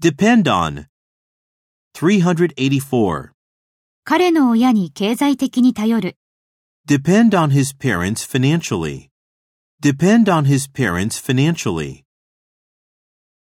Depend on. 384. 彼の親に経済的に頼る。 Depend on his parents financially. Depend on his parents financially.